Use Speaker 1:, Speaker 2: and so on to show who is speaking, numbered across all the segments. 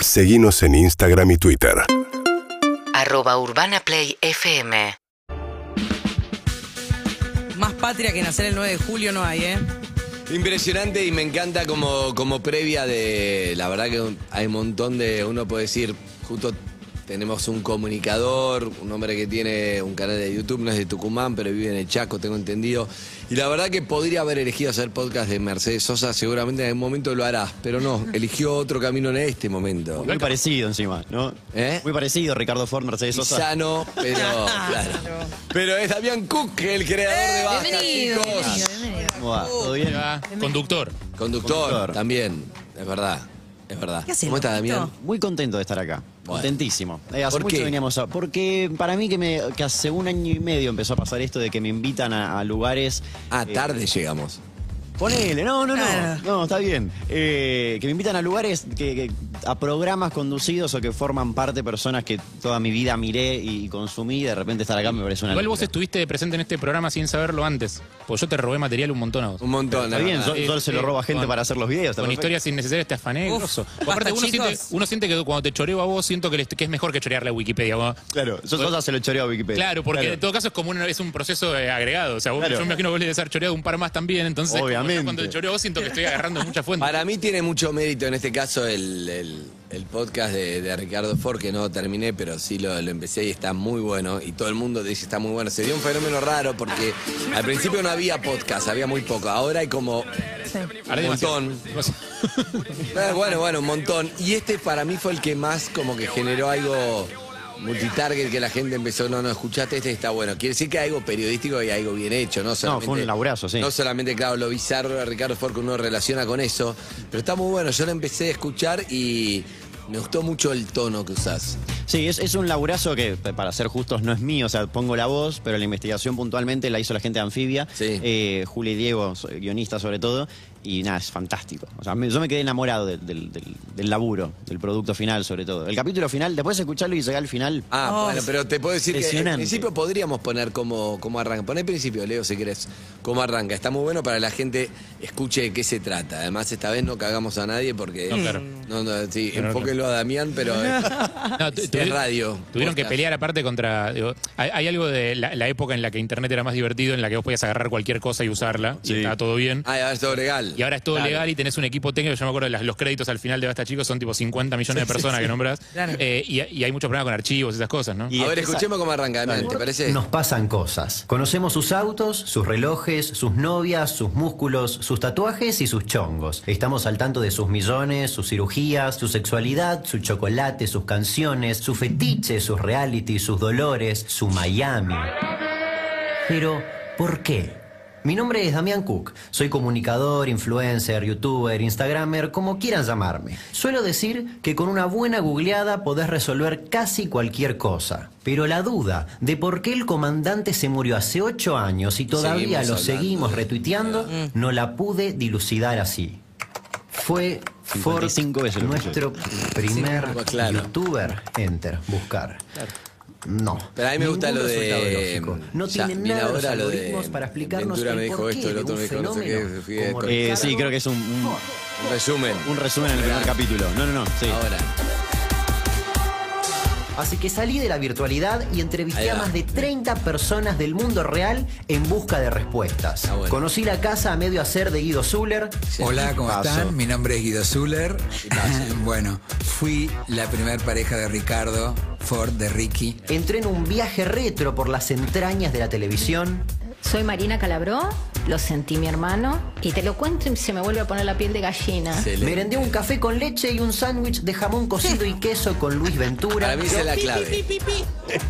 Speaker 1: Seguimos en Instagram y Twitter.
Speaker 2: Arroba Urbana Play FM.
Speaker 3: Más patria que nacer el 9 de julio no hay, ¿eh?
Speaker 4: Impresionante y me encanta como, como previa de. La verdad que un- hay un montón de. Uno puede decir, justo tenemos un comunicador, un hombre que tiene un canal de YouTube, no es de Tucumán, pero vive en el Chaco, tengo entendido. Y la verdad que podría haber elegido hacer podcast de Mercedes Sosa, seguramente en algún momento lo hará, pero no, eligió otro camino en este momento.
Speaker 5: Muy parecido encima, ¿no?
Speaker 4: ¿Eh?
Speaker 5: Muy parecido, Ricardo Ford, Mercedes
Speaker 4: Y
Speaker 5: Sosa.
Speaker 4: sano, pero claro. Pero es Damián Cook, el creador de Basta,
Speaker 6: Bienvenido,
Speaker 4: chicos.
Speaker 6: bienvenido, bienvenido.
Speaker 5: ¿Cómo va? ¿Todo bien?
Speaker 7: Ah, Conductor.
Speaker 4: Conductor,
Speaker 5: Conductor.
Speaker 4: también, es verdad, es verdad.
Speaker 3: ¿Qué hace,
Speaker 4: ¿Cómo estás,
Speaker 3: loquito?
Speaker 4: Damián?
Speaker 5: Muy contento de estar acá. Contentísimo. Eh, hace
Speaker 4: ¿Por
Speaker 5: mucho
Speaker 4: qué?
Speaker 5: veníamos a- Porque para mí que, me, que hace un año y medio empezó a pasar esto de que me invitan a, a lugares.
Speaker 4: Ah,
Speaker 5: eh,
Speaker 4: tarde Ah. llegamos.
Speaker 5: Ponele, no, no, no.
Speaker 3: Claro.
Speaker 5: No, está bien. Eh, que me invitan a lugares, que, que- a programas conducidos o que forman parte personas que toda mi vida miré y consumí. De repente estar acá me parece una.
Speaker 7: Igual vos
Speaker 5: locura.
Speaker 7: estuviste presente en este programa sin saberlo antes. Pues yo te robé material un montón a vos.
Speaker 4: Un montón.
Speaker 5: Está
Speaker 4: la
Speaker 5: bien,
Speaker 4: verdad.
Speaker 5: yo, yo se lo
Speaker 7: Eh,
Speaker 5: robo a gente
Speaker 7: con-
Speaker 5: para hacer los videos. está
Speaker 7: Con
Speaker 5: perfecto.
Speaker 7: historias innecesarias te afané,
Speaker 3: Uf,
Speaker 7: grosso.
Speaker 3: basta,
Speaker 7: Aparte, uno siente,
Speaker 3: chicos.
Speaker 7: uno siente que cuando te choreo a vos, siento que, le- que es mejor que chorearle a Wikipedia. vos.
Speaker 5: Claro, yo Sosa se lo choreo a Wikipedia.
Speaker 7: Claro, porque en todo caso es como un, es un proceso eh, agregado. O sea, vos-
Speaker 5: Claro.
Speaker 7: yo me imagino que vos le debes haber choreado un par más también. Entonces, como yo
Speaker 5: Obviamente.
Speaker 7: cuando te choreo a vos, siento que estoy agarrando mucha fuente.
Speaker 4: Para mí tiene mucho mérito en este caso el, el- el podcast de, de Ricardo Ford, que no terminé, pero sí lo, lo empecé y está muy bueno. Y todo el mundo te dice está muy bueno. Se dio un fenómeno raro porque al principio no había podcast, había muy poco. Ahora hay como
Speaker 7: Ahora
Speaker 4: un
Speaker 7: hay demasiado.
Speaker 4: montón.
Speaker 7: Demasiado.
Speaker 4: Ah, Bueno, bueno, un montón. Y este para mí fue el que más como que generó algo multitarget que la gente empezó, no, no, escuchaste, este está bueno. Quiere decir que hay algo periodístico y algo bien hecho, ¿no? Solamente,
Speaker 5: fue un laburazo, sí.
Speaker 4: No solamente, claro, lo bizarro de Ricardo Ford que uno relaciona con eso, pero está muy bueno. Yo lo empecé a escuchar y me gustó mucho el tono que usás.
Speaker 5: Sí, es, es un laburazo que, pa- para ser justos, no es mío. O sea, pongo la voz, pero la investigación puntualmente la hizo la gente de Anfibia.
Speaker 4: Sí.
Speaker 5: Eh, Juli y Diego, so- guionistas sobre todo. Y nada, es fantástico. O sea, me- yo me quedé enamorado del, del- del- del laburo, del producto final sobre todo. El capítulo final, después de escucharlo y llegar al final.
Speaker 4: Ah,
Speaker 3: Oh,
Speaker 4: bueno, pero te puedo decir que en
Speaker 5: impresionante.
Speaker 4: principio podríamos poner cómo, cómo arranca. Poné el principio, Leo, si querés, cómo arranca. Está muy bueno para que la gente escuche de qué se trata. Además, esta vez no cagamos a nadie porque...
Speaker 7: No, claro.
Speaker 4: No, no, sí,
Speaker 7: Claro,
Speaker 4: enfóquenlo a Damián, pero... eh,
Speaker 7: No, tu-
Speaker 4: Es
Speaker 7: tuvi-
Speaker 4: radio,
Speaker 7: Tuvieron que
Speaker 4: podcast.
Speaker 7: pelear aparte contra. digo, hay, hay algo de la, la época en la que Internet era más divertido, en la que vos podías agarrar cualquier cosa y usarla. Y estaba todo bien.
Speaker 4: ah, ahora es todo legal.
Speaker 7: Y ahora es todo legal y tenés un equipo técnico. Yo me acuerdo, las- los créditos al final de Basta Chicos son tipo 50 millones de personas que nombras. Eh,
Speaker 3: Claro.
Speaker 7: y, y hay muchos problemas con archivos, esas cosas, ¿no?
Speaker 5: Y
Speaker 4: a ver,
Speaker 5: es-
Speaker 4: escuchemos cómo arranca, Damián, ¿te parece?
Speaker 8: Nos pasan cosas. Conocemos sus autos, sus relojes, sus novias, sus músculos, sus tatuajes y sus chongos. Estamos al tanto de sus millones, sus cirugías, su sexualidad, su chocolate, sus canciones, su fetiche, sus reality, sus dolores, su Miami. Pero, ¿por qué? Mi nombre es Damián Cook. Soy comunicador, influencer, youtuber, instagramer, como quieran llamarme. Suelo decir que con una buena googleada podés resolver casi cualquier cosa. Pero la duda de por qué el comandante se murió hace ocho años y todavía
Speaker 4: Seguimos hablando.
Speaker 8: lo
Speaker 4: Mm.
Speaker 8: seguimos retuiteando, no la pude dilucidar así. Fue Ford
Speaker 5: 55 veces lo
Speaker 8: nuestro primer
Speaker 4: Sí, claro.
Speaker 8: youtuber. Enter, buscar. No.
Speaker 4: Pero a mí me gusta
Speaker 8: Ningún
Speaker 4: lo de- em,
Speaker 8: resultado lógico. No
Speaker 4: ya,
Speaker 8: tienen
Speaker 4: mira
Speaker 8: nada los
Speaker 4: ahora lo de em,
Speaker 8: algoritmos para explicarnos
Speaker 4: Ventura
Speaker 8: el
Speaker 4: me dijo
Speaker 8: porqué
Speaker 4: esto, el
Speaker 8: de
Speaker 4: otro
Speaker 8: un
Speaker 4: me dijo no sé qué,
Speaker 8: fenómeno
Speaker 4: fui de
Speaker 8: como
Speaker 4: esto.
Speaker 5: Eh,
Speaker 8: Ricardo
Speaker 5: sí, creo que es un, un-
Speaker 4: Un resumen.
Speaker 5: un resumen en el primer capítulo. No, no, no. Sí.
Speaker 4: Ahora.
Speaker 8: Así que salí de la virtualidad y
Speaker 4: Ahí
Speaker 8: entrevisté a
Speaker 4: va.
Speaker 8: más de 30 personas del mundo real en busca de respuestas.
Speaker 4: Ah, bueno.
Speaker 8: Conocí la casa a medio hacer de Guido Zuller.
Speaker 9: Hola, ¿cómo
Speaker 5: Paso.
Speaker 9: están? Mi nombre es Guido Zuller. bueno, fui la primer pareja de Ricardo Ford, de Ricky.
Speaker 8: Entré en un viaje retro por las entrañas de la televisión.
Speaker 6: Soy Marina Calabró, lo sentí mi hermano, y te lo cuento y se me vuelve a poner la piel de gallina.
Speaker 8: Merendé un café con leche y un sándwich de jamón cocido y queso con Luis Ventura.
Speaker 4: Para mí esa es la clave.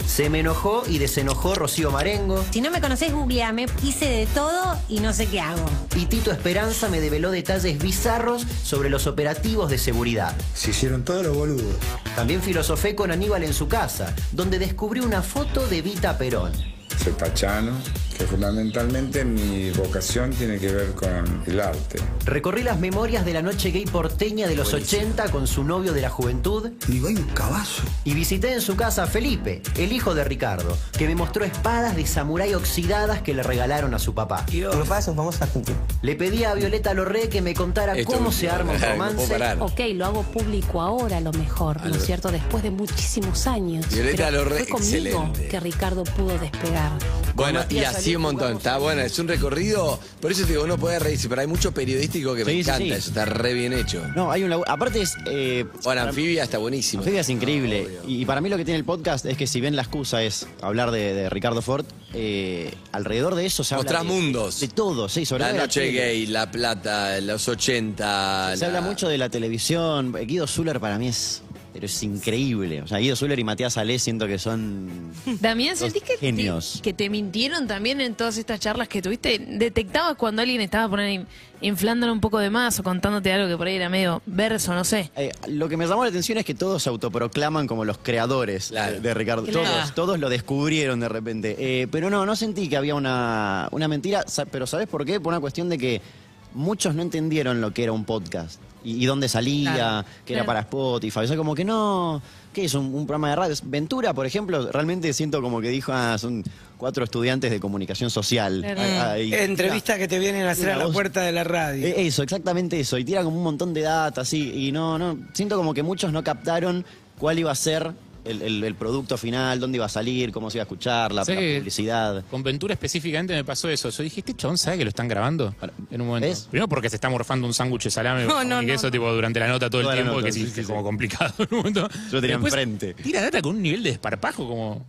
Speaker 8: Se me enojó y desenojó Rocío Marengo.
Speaker 10: Si no me conocés, googleame. Hice de todo y no sé qué hago.
Speaker 8: Y Tito Esperanza me develó detalles bizarros sobre los operativos de seguridad.
Speaker 9: Se hicieron todos los boludos.
Speaker 8: También filosofé con Aníbal en su casa, donde descubrí una foto de Vita Perón.
Speaker 9: Soy Pachano,
Speaker 11: que fundamentalmente mi vocación tiene que ver con el arte.
Speaker 8: Recorrí las memorias de la noche gay porteña de los 80 con su novio de la juventud. Y un caballo. Y visité en su casa a Felipe, el hijo de Ricardo, que me mostró espadas de samurái oxidadas que le regalaron a su papá.
Speaker 12: Lo que pasa es un famoso argentino.
Speaker 8: Le pedí a Violeta Lorré que me contara
Speaker 12: Esto
Speaker 8: cómo
Speaker 12: es
Speaker 8: se arma un
Speaker 12: Este no puedo
Speaker 8: romance.
Speaker 4: parar.
Speaker 13: Ok, lo hago público ahora a lo mejor, ¿no
Speaker 4: Alberto.
Speaker 13: es cierto? Después de muchísimos años.
Speaker 4: Violeta
Speaker 13: Pero
Speaker 4: Lorre,
Speaker 13: Fue conmigo
Speaker 4: excelente.
Speaker 13: que Ricardo pudo despegar.
Speaker 4: Bueno, y
Speaker 13: Matías
Speaker 4: así un montón. Está bueno, es un recorrido. Por eso te digo, uno puede reírse, pero hay mucho periodístico que me
Speaker 5: Sí, sí,
Speaker 4: encanta.
Speaker 5: sí.
Speaker 4: Eso está re bien hecho.
Speaker 5: No, hay un labu- Aparte es. eh,
Speaker 4: Bueno,
Speaker 5: para-
Speaker 4: anfibia está buenísimo.
Speaker 5: Anfibia es increíble. y para mí lo que tiene el podcast es que si bien la excusa es hablar de, de Ricardo Ford, eh, alrededor de eso se habla.
Speaker 4: Mostrás
Speaker 5: de-
Speaker 4: mundos.
Speaker 5: De todo, sí, sobre
Speaker 4: La
Speaker 5: todo de
Speaker 4: noche
Speaker 5: tele.
Speaker 4: gay, la plata, los 80.
Speaker 5: Se
Speaker 4: la-
Speaker 5: habla mucho de la televisión. Guido Zuller para mí es. Pero es increíble. O sea, Guido Zuller y Matías Ale siento que son.
Speaker 14: Damián,
Speaker 5: Los
Speaker 14: ¿sentís que
Speaker 5: genios.
Speaker 14: te, que te mintieron también en todas estas charlas que tuviste? ¿Detectabas cuando alguien estaba por ahí inflándole un poco de más o contándote algo que por ahí era medio verso, no sé?
Speaker 5: Eh, lo que me llamó la atención es que todos se autoproclaman como los creadores de, de Ricardo.
Speaker 14: Claro.
Speaker 5: Todos, todos lo descubrieron de repente. Eh, pero no, no sentí que había una, una mentira. Sa- Pero ¿sabes por qué? Por una cuestión de que muchos no entendieron lo que era un podcast. Y, y dónde salía,
Speaker 15: Claro.
Speaker 5: que
Speaker 15: Claro.
Speaker 5: era para Spotify. O sea, como que no... ¿Qué es? ¿Un, un programa de radio? Ventura, por ejemplo, realmente siento como que dijo, ah, son cuatro estudiantes de comunicación social.
Speaker 12: Claro.
Speaker 5: Ah, y-
Speaker 12: Entrevistas que te vienen a hacer
Speaker 5: Una
Speaker 12: a la
Speaker 5: voz-
Speaker 12: puerta de la radio.
Speaker 5: eh, Eso, exactamente eso. Y tira como un montón de data, así. Y no, no. Siento como que muchos no captaron cuál iba a ser el, el- el producto final, dónde iba a salir, cómo se iba a escuchar, la,
Speaker 7: ¿Sabes
Speaker 5: la
Speaker 7: qué?
Speaker 5: publicidad.
Speaker 7: Con Ventura específicamente me pasó eso. Yo dije, ¿este chabón sabe que lo están grabando? En un momento. Primero porque se está morfando un sándwich de salame
Speaker 5: No,
Speaker 7: y
Speaker 5: no,
Speaker 7: queso tipo, durante la nota todo
Speaker 5: Toda
Speaker 7: el
Speaker 5: la
Speaker 7: tiempo,
Speaker 5: nota,
Speaker 7: que sí,
Speaker 5: sí,
Speaker 7: que es como complicado en un momento.
Speaker 5: Yo tenía
Speaker 7: Después,
Speaker 5: enfrente.
Speaker 7: Tira data con un nivel de desparpajo como...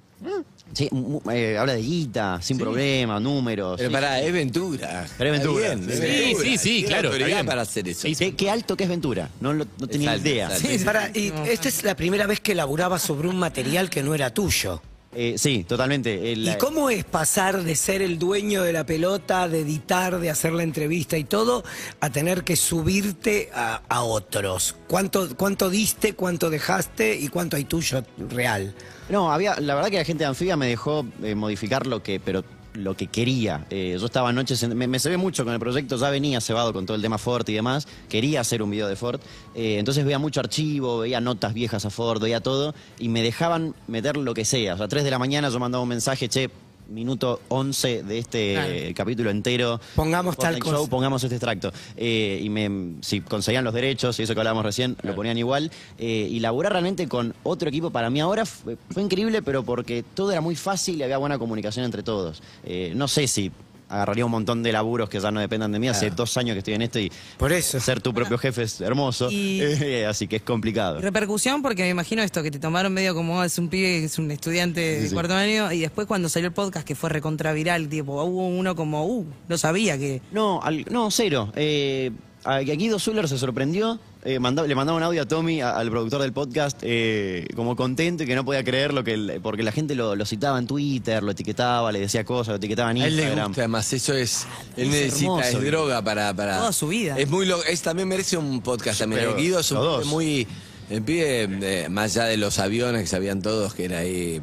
Speaker 5: Sí, mu- mu- eh, habla de guita, sin problema, números.
Speaker 4: Pero
Speaker 5: sí,
Speaker 4: pará,
Speaker 5: sí.
Speaker 4: es Ventura.
Speaker 5: Pero es
Speaker 4: Está
Speaker 5: Ventura.
Speaker 4: bien, es Ventura. Tiene autoridad para hacer eso.
Speaker 5: ¿Qué, qué alto que es Ventura? No, lo- no tenía
Speaker 12: Exacto,
Speaker 5: idea.
Speaker 12: exacto. Sí, pará, y esta es la primera vez que laburaba sobre un material que no era tuyo.
Speaker 5: Eh, sí, totalmente. El- eh,
Speaker 12: ¿Y cómo es pasar de ser el dueño de la pelota, de editar, de hacer la entrevista y todo, a tener que subirte a, a otros? ¿Cuánto, ¿Cuánto diste, cuánto dejaste y cuánto hay tuyo real?
Speaker 5: No, había, la verdad que la gente de Anfibia me dejó eh, modificar lo que, pero lo que quería. Eh, yo estaba noches, en- me, me ve mucho con el proyecto, ya venía cebado con todo el tema Ford y demás, quería hacer un video de Ford. Eh, entonces veía mucho archivo, veía notas viejas a Ford, veía todo, y me dejaban meter lo que sea. O sea, a 3 de la mañana yo mandaba un mensaje, che, minuto 11 de este
Speaker 12: Claro.
Speaker 5: eh, capítulo entero.
Speaker 12: Pongamos tal
Speaker 5: Fortnite
Speaker 12: cosa.
Speaker 5: Show, pongamos este extracto. Eh, y me, si conseguían los derechos y eso que hablábamos recién, lo ponían igual. Eh, y laburar realmente con otro equipo para mí ahora fue, fue increíble, pero porque todo era muy fácil y había buena comunicación entre todos. Eh, no sé si agarraría un montón de laburos que ya no dependan de mí. Hace dos años que estoy en esto y
Speaker 12: Por eso.
Speaker 5: ser tu propio jefe es hermoso.
Speaker 3: Y-
Speaker 5: Eh, así que es complicado.
Speaker 3: Repercusión, porque me imagino esto, que te tomaron medio como "Ah, es un pibe, es un estudiante
Speaker 5: Sí,
Speaker 3: de
Speaker 5: sí.
Speaker 3: cuarto año, y después cuando salió el podcast que fue recontraviral, tipo, hubo uno como, uh, no sabía que.
Speaker 5: No, al- no, cero. Eh, a- a Guido Zuller se sorprendió. eh, manda- le mandaba un audio a Tommy, a- al productor del podcast, eh, como contento y que no podía creer lo que el- porque la gente lo, lo citaba en Twitter, lo etiquetaba, le decía cosas, lo etiquetaba en
Speaker 4: A él le
Speaker 5: Instagram. Ah,
Speaker 4: gusta, además, eso es. Él
Speaker 5: es
Speaker 4: necesita,
Speaker 5: hermoso,
Speaker 4: es
Speaker 5: Guido.
Speaker 4: droga para, para.
Speaker 5: Toda su vida.
Speaker 4: Es muy lo- es, también merece un podcast también.
Speaker 5: pero
Speaker 4: Guido es un
Speaker 5: los
Speaker 4: pibe
Speaker 5: dos.
Speaker 4: muy. El pibe, eh, más allá de los aviones que sabían todos que era ahí.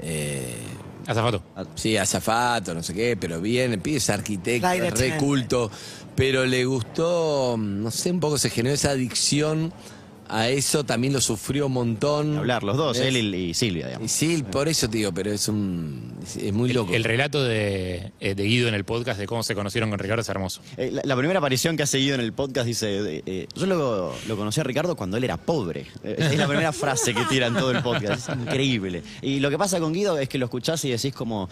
Speaker 4: eh,
Speaker 7: Azafato.
Speaker 4: Sí, azafato, no sé qué, pero bien, el pibe es arquitecto,
Speaker 12: Flight
Speaker 4: es re
Speaker 12: attendant.
Speaker 4: culto. Pero le gustó, no sé, un poco se generó esa adicción a eso, también lo sufrió un montón.
Speaker 5: Hablar, los dos,
Speaker 4: ¿Ves?
Speaker 5: él y, y Silvia, digamos.
Speaker 4: Y sí, por eso te digo, pero es un. es- Es muy loco.
Speaker 7: El relato de, eh, de Guido en el podcast de cómo se conocieron con Ricardo es hermoso.
Speaker 5: Eh, la, la primera aparición que ha seguido en el podcast dice, eh, eh, yo lo, lo conocí a Ricardo cuando él era pobre. Eh, es la primera frase que tira en todo el podcast, es increíble. Y lo que pasa con Guido es que lo escuchás y decís como,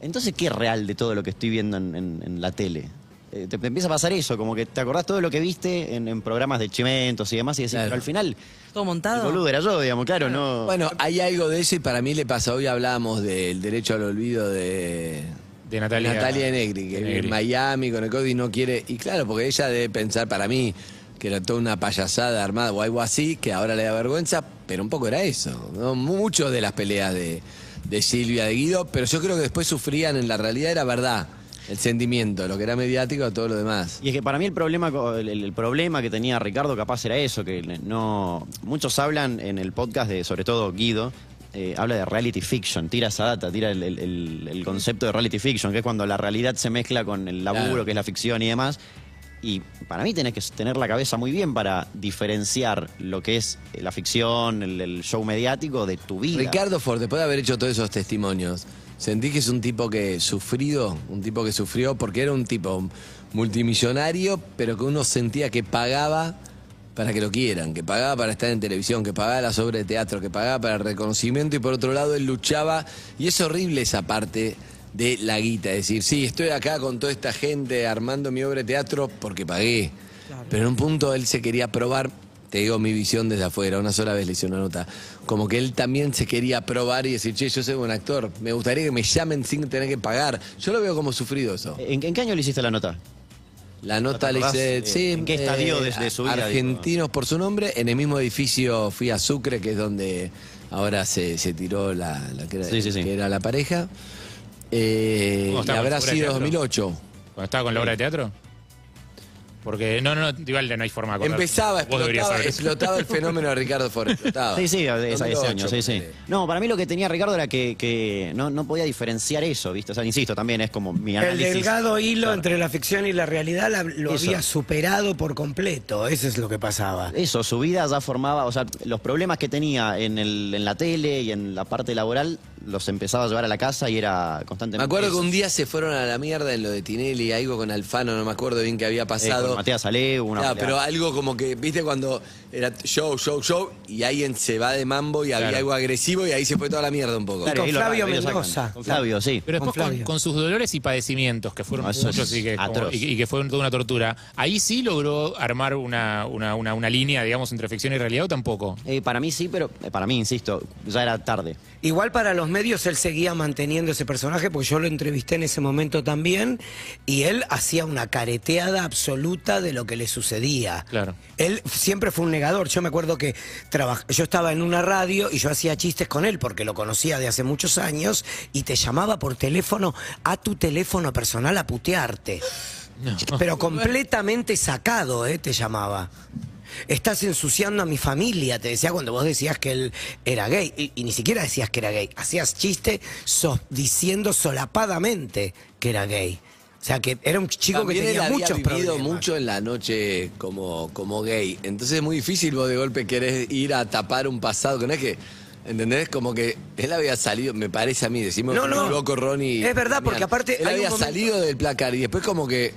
Speaker 5: entonces, ¿qué es real de todo lo que estoy viendo en, en- en la tele? Eh, te, te empieza a pasar eso, como que te acordás todo lo que viste en, en programas de chimentos y demás y decís, pero al final,
Speaker 3: Todo
Speaker 5: el
Speaker 3: montado.
Speaker 5: boludo era yo, digamos, claro, no...
Speaker 4: Bueno, hay algo de eso y para mí le pasa. Hoy hablábamos del derecho al olvido de,
Speaker 7: De Natalia-
Speaker 4: Negri, que vive
Speaker 7: de
Speaker 4: en
Speaker 7: Negri.
Speaker 4: Miami con el código y no quiere. Y claro, porque ella debe pensar para mí que era toda una payasada armada o algo así, que ahora le da vergüenza, pero un poco era eso. ¿no? Mucho de las peleas de, de Silvia, de Guido, pero yo creo que después sufrían en la realidad, era verdad. El sentimiento, lo que era mediático, todo lo demás.
Speaker 5: Y es que para mí el problema, co- el, el problema que tenía Ricardo capaz era eso, que no. Muchos hablan en el podcast de, sobre todo Guido, eh, habla de reality fiction, tira esa data, tira el, el- el- el concepto de reality fiction, que es cuando la realidad se mezcla con el laburo,
Speaker 4: Claro.
Speaker 5: que es la ficción y demás. Y para mí tenés que tener la cabeza muy bien para diferenciar lo que es eh, la ficción, el, el show mediático de tu vida.
Speaker 4: Ricardo Ford, después de haber hecho todos esos testimonios, ¿sentí que es un tipo que sufrido? Un tipo que sufrió porque era un tipo multimillonario, pero que uno sentía que pagaba para que lo quieran, que pagaba para estar en televisión, que pagaba las obras de teatro, que pagaba para el reconocimiento y por otro lado él luchaba. Y es horrible esa parte de la guita, es decir, sí, estoy acá con toda esta gente armando mi obra de teatro porque pagué. Pero en un punto él se quería probar, te digo mi visión desde afuera, una sola vez le hice una nota, como que él también se quería probar y decir, che, yo soy un actor, me gustaría que me llamen sin tener que pagar. Yo lo veo como sufrido eso.
Speaker 5: ¿En, en qué año le hiciste la nota?
Speaker 4: La nota
Speaker 5: ¿No Eh, te
Speaker 4: le
Speaker 5: acordás,
Speaker 4: hice,
Speaker 5: eh,
Speaker 4: sí. eh,
Speaker 5: en qué estadio de- de su vida, digo?
Speaker 4: Argentinos por su nombre, en el mismo edificio fui a Sucre, que es donde ahora se, se tiró la, la que, era, que era la pareja. Eh,
Speaker 7: ¿Cómo
Speaker 4: y
Speaker 7: estaba
Speaker 4: habrá
Speaker 7: con la obra de
Speaker 4: sido
Speaker 7: teatro?
Speaker 4: 2008.
Speaker 7: ¿Cuando estaba con la obra de teatro? Porque no, no, no, igual no hay forma de acordar.
Speaker 4: Empezaba,
Speaker 7: Vos deberías
Speaker 4: explotaba,
Speaker 7: saber eso.
Speaker 4: explotaba el fenómeno de Ricardo Ford. explotaba.
Speaker 5: Sí, sí, de esa- de ese
Speaker 4: 2008,
Speaker 5: año, sí, sí.
Speaker 4: Ah. ponele.
Speaker 5: No, para mí lo que tenía Ricardo era que, que no, no podía diferenciar eso, ¿viste? O sea, insisto, también es como mi
Speaker 12: El
Speaker 5: análisis.
Speaker 12: delgado hilo entre la ficción y la realidad la- lo
Speaker 5: Eso.
Speaker 12: había superado por completo. Eso es lo que pasaba.
Speaker 5: Eso, su vida ya formaba, o sea, los problemas que tenía en, el- en la tele y en la parte laboral los empezaba a llevar a la casa y era
Speaker 4: Me
Speaker 5: constantemente.
Speaker 4: acuerdo que un día se fueron a la mierda en lo de Tinelli, algo con Alfano, no me acuerdo bien qué había
Speaker 5: Eh,
Speaker 4: pasado.
Speaker 5: con Matías Aleu, una
Speaker 4: Claro,
Speaker 5: pelea.
Speaker 4: pero algo como que, viste, cuando era show, show, show, y alguien se va de mambo y había
Speaker 5: Claro.
Speaker 4: algo agresivo y ahí se fue toda la mierda un poco.
Speaker 5: Claro, ahí lo- ahí lo sacan. Con Flavio, sí.
Speaker 7: Pero después con, con sus dolores y padecimientos, que fueron
Speaker 5: No, eso
Speaker 7: muchos y que,
Speaker 5: es
Speaker 7: como-
Speaker 5: atroz.
Speaker 7: y que- y que fueron toda una tortura, ahí sí logró armar una, una, una, una línea, digamos, entre ficción y realidad o tampoco.
Speaker 5: Eh, para mí sí, pero eh, para mí, insisto, ya era tarde.
Speaker 12: Igual para los medios él seguía manteniendo ese personaje, porque yo lo entrevisté en ese momento también, y él hacía una careteada absoluta de lo que le sucedía.
Speaker 7: Claro.
Speaker 12: Él siempre fue un negador. Yo me acuerdo que traba- yo estaba en una radio y yo hacía chistes con él porque lo conocía de hace muchos años y te llamaba por teléfono a tu teléfono personal a putearte. Pero completamente sacado, ¿eh? Te llamaba. Estás ensuciando a mi familia, te decía cuando vos decías que él era gay. Y, y ni siquiera decías que era gay. Hacías chiste sos- diciendo solapadamente que era gay. O sea, que era un chico
Speaker 4: También
Speaker 12: que
Speaker 4: él
Speaker 12: tenía
Speaker 4: había
Speaker 12: muchos
Speaker 4: vivido
Speaker 12: problemas.
Speaker 4: mucho en la noche como, como gay. Entonces es muy difícil vos de golpe querés ir a tapar un pasado. que No es que, ¿entendés? Como que él había salido, me parece a mí, decimos
Speaker 12: No,
Speaker 4: que
Speaker 12: no.
Speaker 4: me equivoco, Ronnie.
Speaker 12: Es verdad, porque aparte
Speaker 4: Él
Speaker 12: hay un
Speaker 4: había
Speaker 12: momento-
Speaker 4: salido del placar y después como que.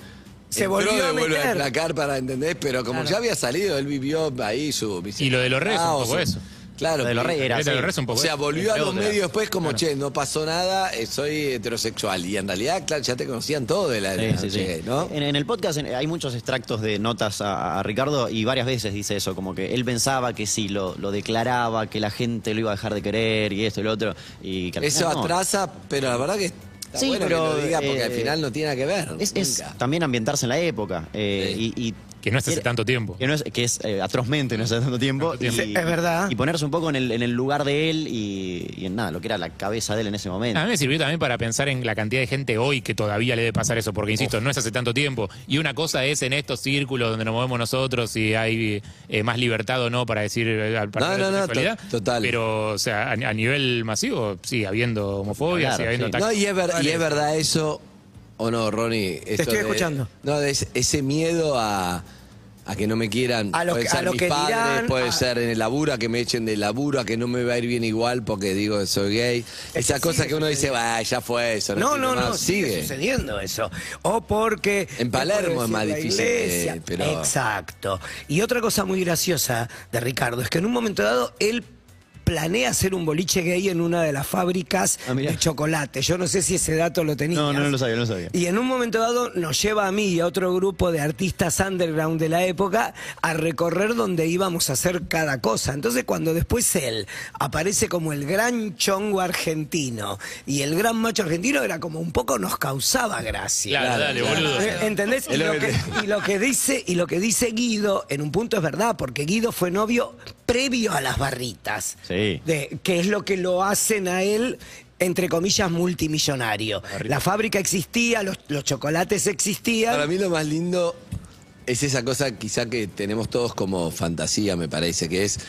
Speaker 12: Se
Speaker 4: entró
Speaker 12: volvió
Speaker 4: de
Speaker 12: a
Speaker 4: vuelta
Speaker 12: meter.
Speaker 4: al placar para entender, pero como ya había salido, él vivió ahí su
Speaker 7: Y lo de los Reyes, un
Speaker 4: Ah, o
Speaker 7: poco
Speaker 4: su-
Speaker 7: eso.
Speaker 4: Claro,
Speaker 7: Lo de los
Speaker 4: que-
Speaker 7: Reyes era Lo de los así. Reyes un poco
Speaker 4: O sea,
Speaker 7: eso.
Speaker 4: volvió a
Speaker 7: Entre
Speaker 4: los
Speaker 7: otras.
Speaker 4: medios después como,
Speaker 7: Claro.
Speaker 4: che, no pasó nada, eh, soy heterosexual. Y en realidad, claro, ya te conocían todo de la de la
Speaker 5: Sí, sí, sí.
Speaker 4: noche gay, ¿no?
Speaker 5: en, en el podcast en- hay muchos extractos de notas a, a Ricardo y varias veces dice eso, como que él pensaba que si lo, lo declaraba, que la gente lo iba a dejar de querer y esto y lo otro. Y que al
Speaker 4: Eso
Speaker 5: final no.
Speaker 4: atrasa, pero la verdad que está
Speaker 5: Sí,
Speaker 4: bueno
Speaker 5: pero,
Speaker 4: que lo diga porque
Speaker 5: eh,
Speaker 4: al final no tiene nada que ver.
Speaker 5: Es, es
Speaker 4: nunca.
Speaker 5: también ambientarse en la época. eh, y,
Speaker 7: que no es hace tanto tiempo.
Speaker 5: Que, no es, que es eh, atrozmente no es hace tanto tiempo.
Speaker 12: tiempo.
Speaker 5: Y,
Speaker 12: Sí, es verdad.
Speaker 5: Y ponerse un poco en el, en el lugar de él y, y en nada, lo que era la cabeza de él en ese momento.
Speaker 7: A mí me sirvió también para pensar en la cantidad de gente hoy que todavía le debe pasar eso, porque insisto, no es hace tanto tiempo. Y una cosa es en estos círculos donde nos movemos nosotros si hay eh, más libertad o no para decir eh, al- para
Speaker 4: No,
Speaker 7: hablar de
Speaker 4: no, no,
Speaker 7: sexualidad.
Speaker 4: to- total.
Speaker 7: Pero, o sea, a, a nivel masivo, sigue habiendo homofobia,
Speaker 5: Claro,
Speaker 7: sigue habiendo
Speaker 5: sí.
Speaker 7: ataques.
Speaker 4: No, y es, ver- y es verdad eso, o no, Ronnie. Te
Speaker 12: estoy escuchando.
Speaker 4: No, de ese, ese miedo a, a que no me quieran.
Speaker 12: A lo
Speaker 4: puede
Speaker 12: que-
Speaker 4: ser
Speaker 12: a lo
Speaker 4: mis
Speaker 12: que
Speaker 4: padres,
Speaker 12: dirán,
Speaker 4: puede
Speaker 12: a-
Speaker 4: ser en el laburo, a que me echen del laburo, a que no me va a ir bien igual porque digo que soy gay. Esa
Speaker 12: que
Speaker 4: cosa
Speaker 12: sigue
Speaker 4: que uno dice, va, ya fue eso.
Speaker 12: No,
Speaker 4: quiero
Speaker 12: no,
Speaker 4: más".
Speaker 12: no, sigue. sucediendo eso. O porque.
Speaker 4: En Palermo es
Speaker 12: ¿qué puede
Speaker 4: más
Speaker 12: decir la
Speaker 4: difícil,
Speaker 12: iglesia?
Speaker 4: eh, pero-
Speaker 12: Exacto. Y otra cosa muy graciosa de Ricardo es que en un momento dado él planea hacer un boliche gay en una de las fábricas
Speaker 4: Ah,
Speaker 12: de chocolate. Yo no sé si ese dato lo tenías.
Speaker 5: No, no, no lo sabía, no lo sabía.
Speaker 12: Y en un momento dado nos lleva a mí y a otro grupo de artistas underground de la época a recorrer donde íbamos a hacer cada cosa. Entonces cuando después él aparece como el gran chongo argentino y el gran macho argentino era como un poco nos causaba gracia.
Speaker 7: Claro, dale, boludo.
Speaker 12: Eh, ¿Entendés? Y
Speaker 7: Es lo
Speaker 12: lo,
Speaker 7: que
Speaker 12: que, y lo que dice, y lo que dice Guido, en un punto es verdad, porque Guido fue novio previo a las barritas
Speaker 5: Sí.
Speaker 12: de que es lo que lo hacen a él entre comillas multimillonario. La fábrica existía, los, los chocolates existían.
Speaker 4: Para mí lo más lindo es esa cosa quizá que tenemos todos como fantasía, me parece, que es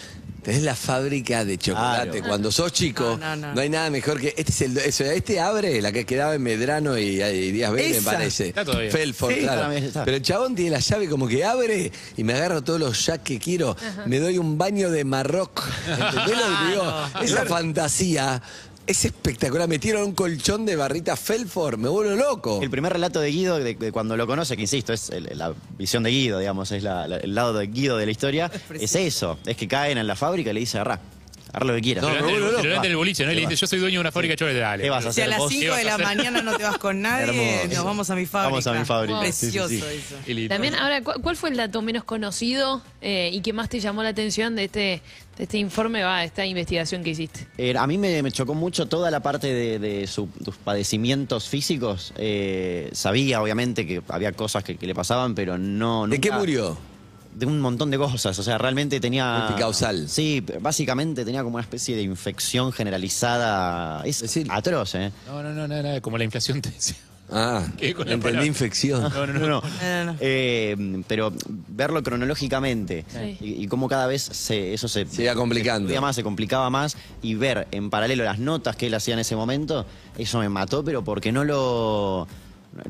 Speaker 4: Tenés la fábrica de chocolate.
Speaker 5: Claro.
Speaker 4: Cuando sos chico, no,
Speaker 5: No, no, no.
Speaker 4: hay nada mejor que. Este es el. eso, este abre, la que quedaba en Medrano y, y Díaz Vélez, me
Speaker 5: Esa.
Speaker 4: parece.
Speaker 5: Está todavía.
Speaker 4: Felford,
Speaker 5: Sí,
Speaker 4: claro.
Speaker 5: para mí está.
Speaker 4: Pero el chabón tiene la llave como que abre y me agarro todos los jacks que quiero. Me doy un baño de Marroc. ¿Entendés lo que digo?
Speaker 15: Ah, no.
Speaker 4: Esa fantasía. Es espectacular, me tiro un colchón de barrita Felford, me vuelvo loco.
Speaker 5: El primer relato de Guido, de, de cuando lo conoce, que insisto, es el- la visión de Guido, digamos, es la- la- el lado de Guido de la historia, es eso, es que caen en la fábrica y le dice, agarrá, agarrá lo que quieras.
Speaker 7: Pero antes del- pero antes del boliche, ¿no? Y
Speaker 5: Te
Speaker 7: le
Speaker 5: vas.
Speaker 7: dice, yo soy dueño de una fábrica de chocolate, dale.
Speaker 5: ¿Qué vas a
Speaker 3: Si a las 5 de la mañana no te vas con nadie,
Speaker 7: Hermoso.
Speaker 3: nos vamos a mi fábrica.
Speaker 7: Vamos a mi fábrica, sí, sí, sí.
Speaker 3: Precioso eso.
Speaker 7: pues
Speaker 14: También, ahora, ¿cu- ¿cuál fue el dato menos conocido eh, y que más te llamó la atención de este, de este informe, va, de esta investigación que hiciste?
Speaker 5: Eh, a mí me, me chocó mucho toda la parte de, de su- sus padecimientos físicos. Eh, sabía, obviamente, que había cosas que, que le pasaban, pero no.
Speaker 4: ¿De qué
Speaker 5: nunca-
Speaker 4: murió?
Speaker 5: De un montón de cosas. O sea, realmente tenía.
Speaker 4: Multicausal.
Speaker 5: Sí, básicamente tenía como una especie de infección generalizada. Es atroz, ¿eh?
Speaker 7: No, no, no, nada, como la inflación te decía.
Speaker 4: Ah,
Speaker 7: Quedé con la
Speaker 5: entendí
Speaker 7: palabra.
Speaker 4: infección.
Speaker 7: No, no, no. no.
Speaker 5: Eh, pero verlo cronológicamente
Speaker 7: Sí.
Speaker 5: y, y cómo cada vez se, eso se,
Speaker 4: Se iba complicando.
Speaker 5: se estudia más, se complicaba más y ver en paralelo las notas que él hacía en ese momento, eso me mató, pero porque no lo...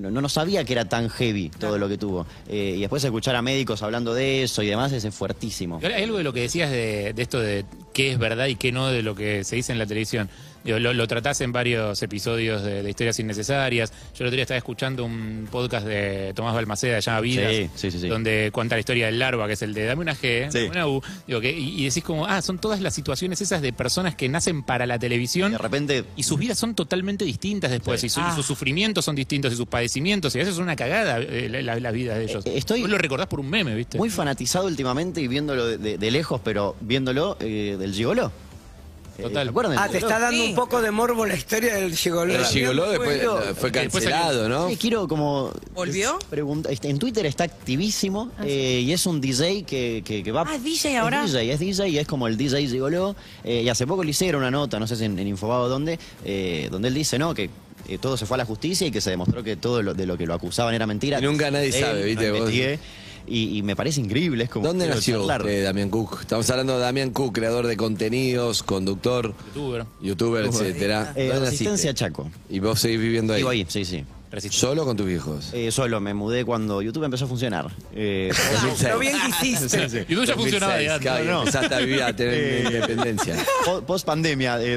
Speaker 5: No, no- no sabía que era tan heavy todo lo que tuvo. Eh, y después escuchar a médicos hablando de eso y demás, ese es fuertísimo.
Speaker 7: Y ahora, hay algo de lo que decías de, de esto de qué es verdad y qué no de lo que se dice en la televisión. Digo, lo, lo tratás en varios episodios de, de historias innecesarias. Yo el otro día estaba escuchando un podcast de Tomás Balmaceda, llamado Vidas,
Speaker 5: Sí, sí, sí, sí.
Speaker 7: donde cuenta la historia del larva, que es el de dame una G,
Speaker 5: Sí.
Speaker 7: dame una U. Digo, que, y, y decís como, ah, son todas las situaciones esas de personas que nacen para la televisión.
Speaker 5: de repente...
Speaker 7: Y sus vidas son totalmente distintas después, y, su- y
Speaker 5: Ah.
Speaker 7: sus sufrimientos son distintos, y sus padecimientos, y a veces es una cagada eh, la, la- la vida de ellos.
Speaker 5: estoy-
Speaker 7: Vos lo recordás por un meme, ¿viste?
Speaker 5: Muy fanatizado últimamente y viéndolo de, de- de lejos, pero viéndolo eh, del gigoló. Eh,
Speaker 7: Total.
Speaker 5: ¿se acuerdan del
Speaker 12: Ah, te
Speaker 5: gigoló?
Speaker 12: está dando un poco de morbo la historia del gigoló.
Speaker 4: El gigoló
Speaker 12: También
Speaker 4: después
Speaker 12: pueblo.
Speaker 4: fue cancelado, ¿no?
Speaker 5: Sí, quiero como...
Speaker 3: ¿Volvió?
Speaker 5: Pregunta, este, en Twitter está activísimo eh, y es un DJ que, que- que va...
Speaker 3: Ah, ¿es DJ
Speaker 5: es
Speaker 3: ahora?
Speaker 5: DJ, es DJ y es como el DJ Gigoló. eh, y hace poco le hicieron una nota, no sé si en, en Infobado dónde, eh, donde él dice, no, que... eh, todo se fue a la justicia y que se demostró que todo lo- de lo que lo acusaban era mentira.
Speaker 4: Y nunca nadie sabe,
Speaker 5: no
Speaker 4: ¿viste? Vos-
Speaker 5: investigué, Y, y me parece increíble, es como...
Speaker 4: ¿Dónde
Speaker 5: quiero
Speaker 4: nació
Speaker 5: charlar.
Speaker 4: usted, Damián Cook? Estamos hablando de Damián Cook, creador de contenidos, conductor,
Speaker 7: Youtuber.
Speaker 4: youtuber, etcétera.
Speaker 5: Eh,
Speaker 4: ¿Dónde naciste?
Speaker 5: Resistencia Chaco.
Speaker 4: Y vos seguís viviendo ahí.
Speaker 5: Vivo ahí, sí, sí.
Speaker 4: ¿Solo con tus viejos?
Speaker 5: Eh, solo, me mudé cuando YouTube empezó a funcionar. Eh,
Speaker 12: Lo bien que hiciste.
Speaker 7: Y tú ya funcionaba de
Speaker 4: 2006,
Speaker 7: antes.
Speaker 4: claro,
Speaker 5: no, no.
Speaker 4: Empezaste a vivir, a tener
Speaker 5: Eh.
Speaker 4: independencia.
Speaker 5: Po- eh, Post pandemia de